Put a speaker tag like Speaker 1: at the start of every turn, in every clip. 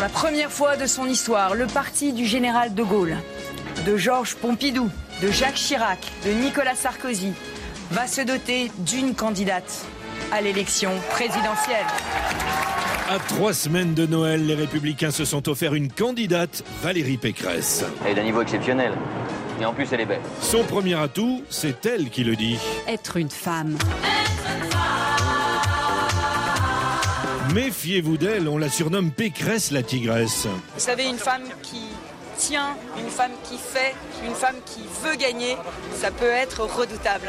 Speaker 1: la première fois de son histoire, le parti du général de Gaulle, de Georges Pompidou, de Jacques Chirac, de Nicolas Sarkozy, va se doter d'une candidate à l'élection présidentielle.
Speaker 2: À trois semaines de Noël, les Républicains se sont offerts une candidate, Valérie Pécresse.
Speaker 3: Elle est d'un niveau exceptionnel. Et en plus, elle est belle.
Speaker 2: Son premier atout, c'est elle qui le dit.
Speaker 4: Être une femme.
Speaker 2: Méfiez-vous d'elle, on la surnomme Pécresse la tigresse.
Speaker 5: Vous savez, une femme qui tient, une femme qui fait, une femme qui veut gagner, ça peut être redoutable.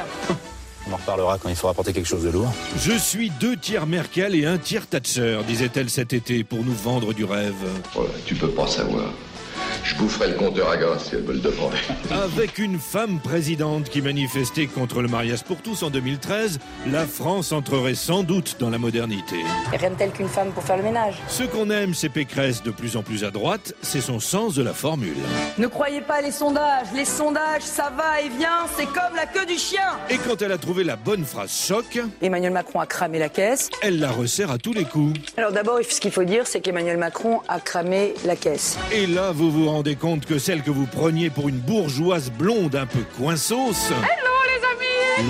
Speaker 6: On en reparlera quand il faudra porter quelque chose de lourd.
Speaker 2: Je suis deux tiers Merkel et un tiers Thatcher, disait-elle cet été pour nous vendre du rêve.
Speaker 7: Oh, tu peux pas savoir. Je boufferai le compteur à gaz si elle me le demandait.
Speaker 2: Avec une femme présidente qui manifestait contre le mariage pour tous en 2013, la France entrerait sans doute dans la modernité.
Speaker 8: Et rien de tel qu'une femme pour faire le ménage.
Speaker 2: Ce qu'on aime, c'est Pécresse de plus en plus à droite, c'est son sens de la formule.
Speaker 1: Ne croyez pas les sondages, les sondages, ça va et vient, c'est comme la queue du chien.
Speaker 2: Et quand elle a trouvé la bonne phrase choc,
Speaker 8: Emmanuel Macron a cramé la caisse.
Speaker 2: elle la resserre à tous les coups.
Speaker 8: Alors d'abord, ce qu'il faut dire, c'est qu'Emmanuel Macron a cramé la caisse.
Speaker 2: Et là, vous vous rendez compte que celle que vous preniez pour une bourgeoise blonde un peu coinsos,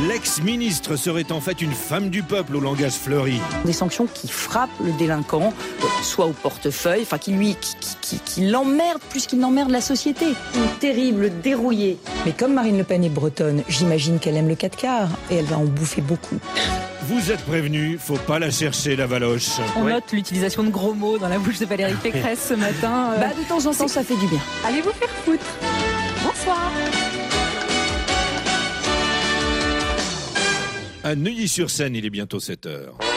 Speaker 2: l'ex-ministre serait en fait une femme du peuple au langage fleuri.
Speaker 8: Des sanctions qui frappent le délinquant, euh, soit au portefeuille, enfin qui lui, qui, qui, qui- qui l'emmerde plus qu'il n'emmerde la société. Une terrible dérouillée.
Speaker 9: Mais comme Marine Le Pen est bretonne, j'imagine qu'elle aime le 4 quarts et elle va en bouffer beaucoup.
Speaker 2: Vous êtes prévenu, faut pas la chercher la valoche.
Speaker 10: On note l'utilisation de gros mots dans la bouche de Valérie Pécresse ce matin. Euh,
Speaker 8: Bah de temps en temps, ça fait du bien.
Speaker 10: allez vous faire foutre. Bonsoir.
Speaker 2: À Neuilly-sur-Seine, il est bientôt 7 heures.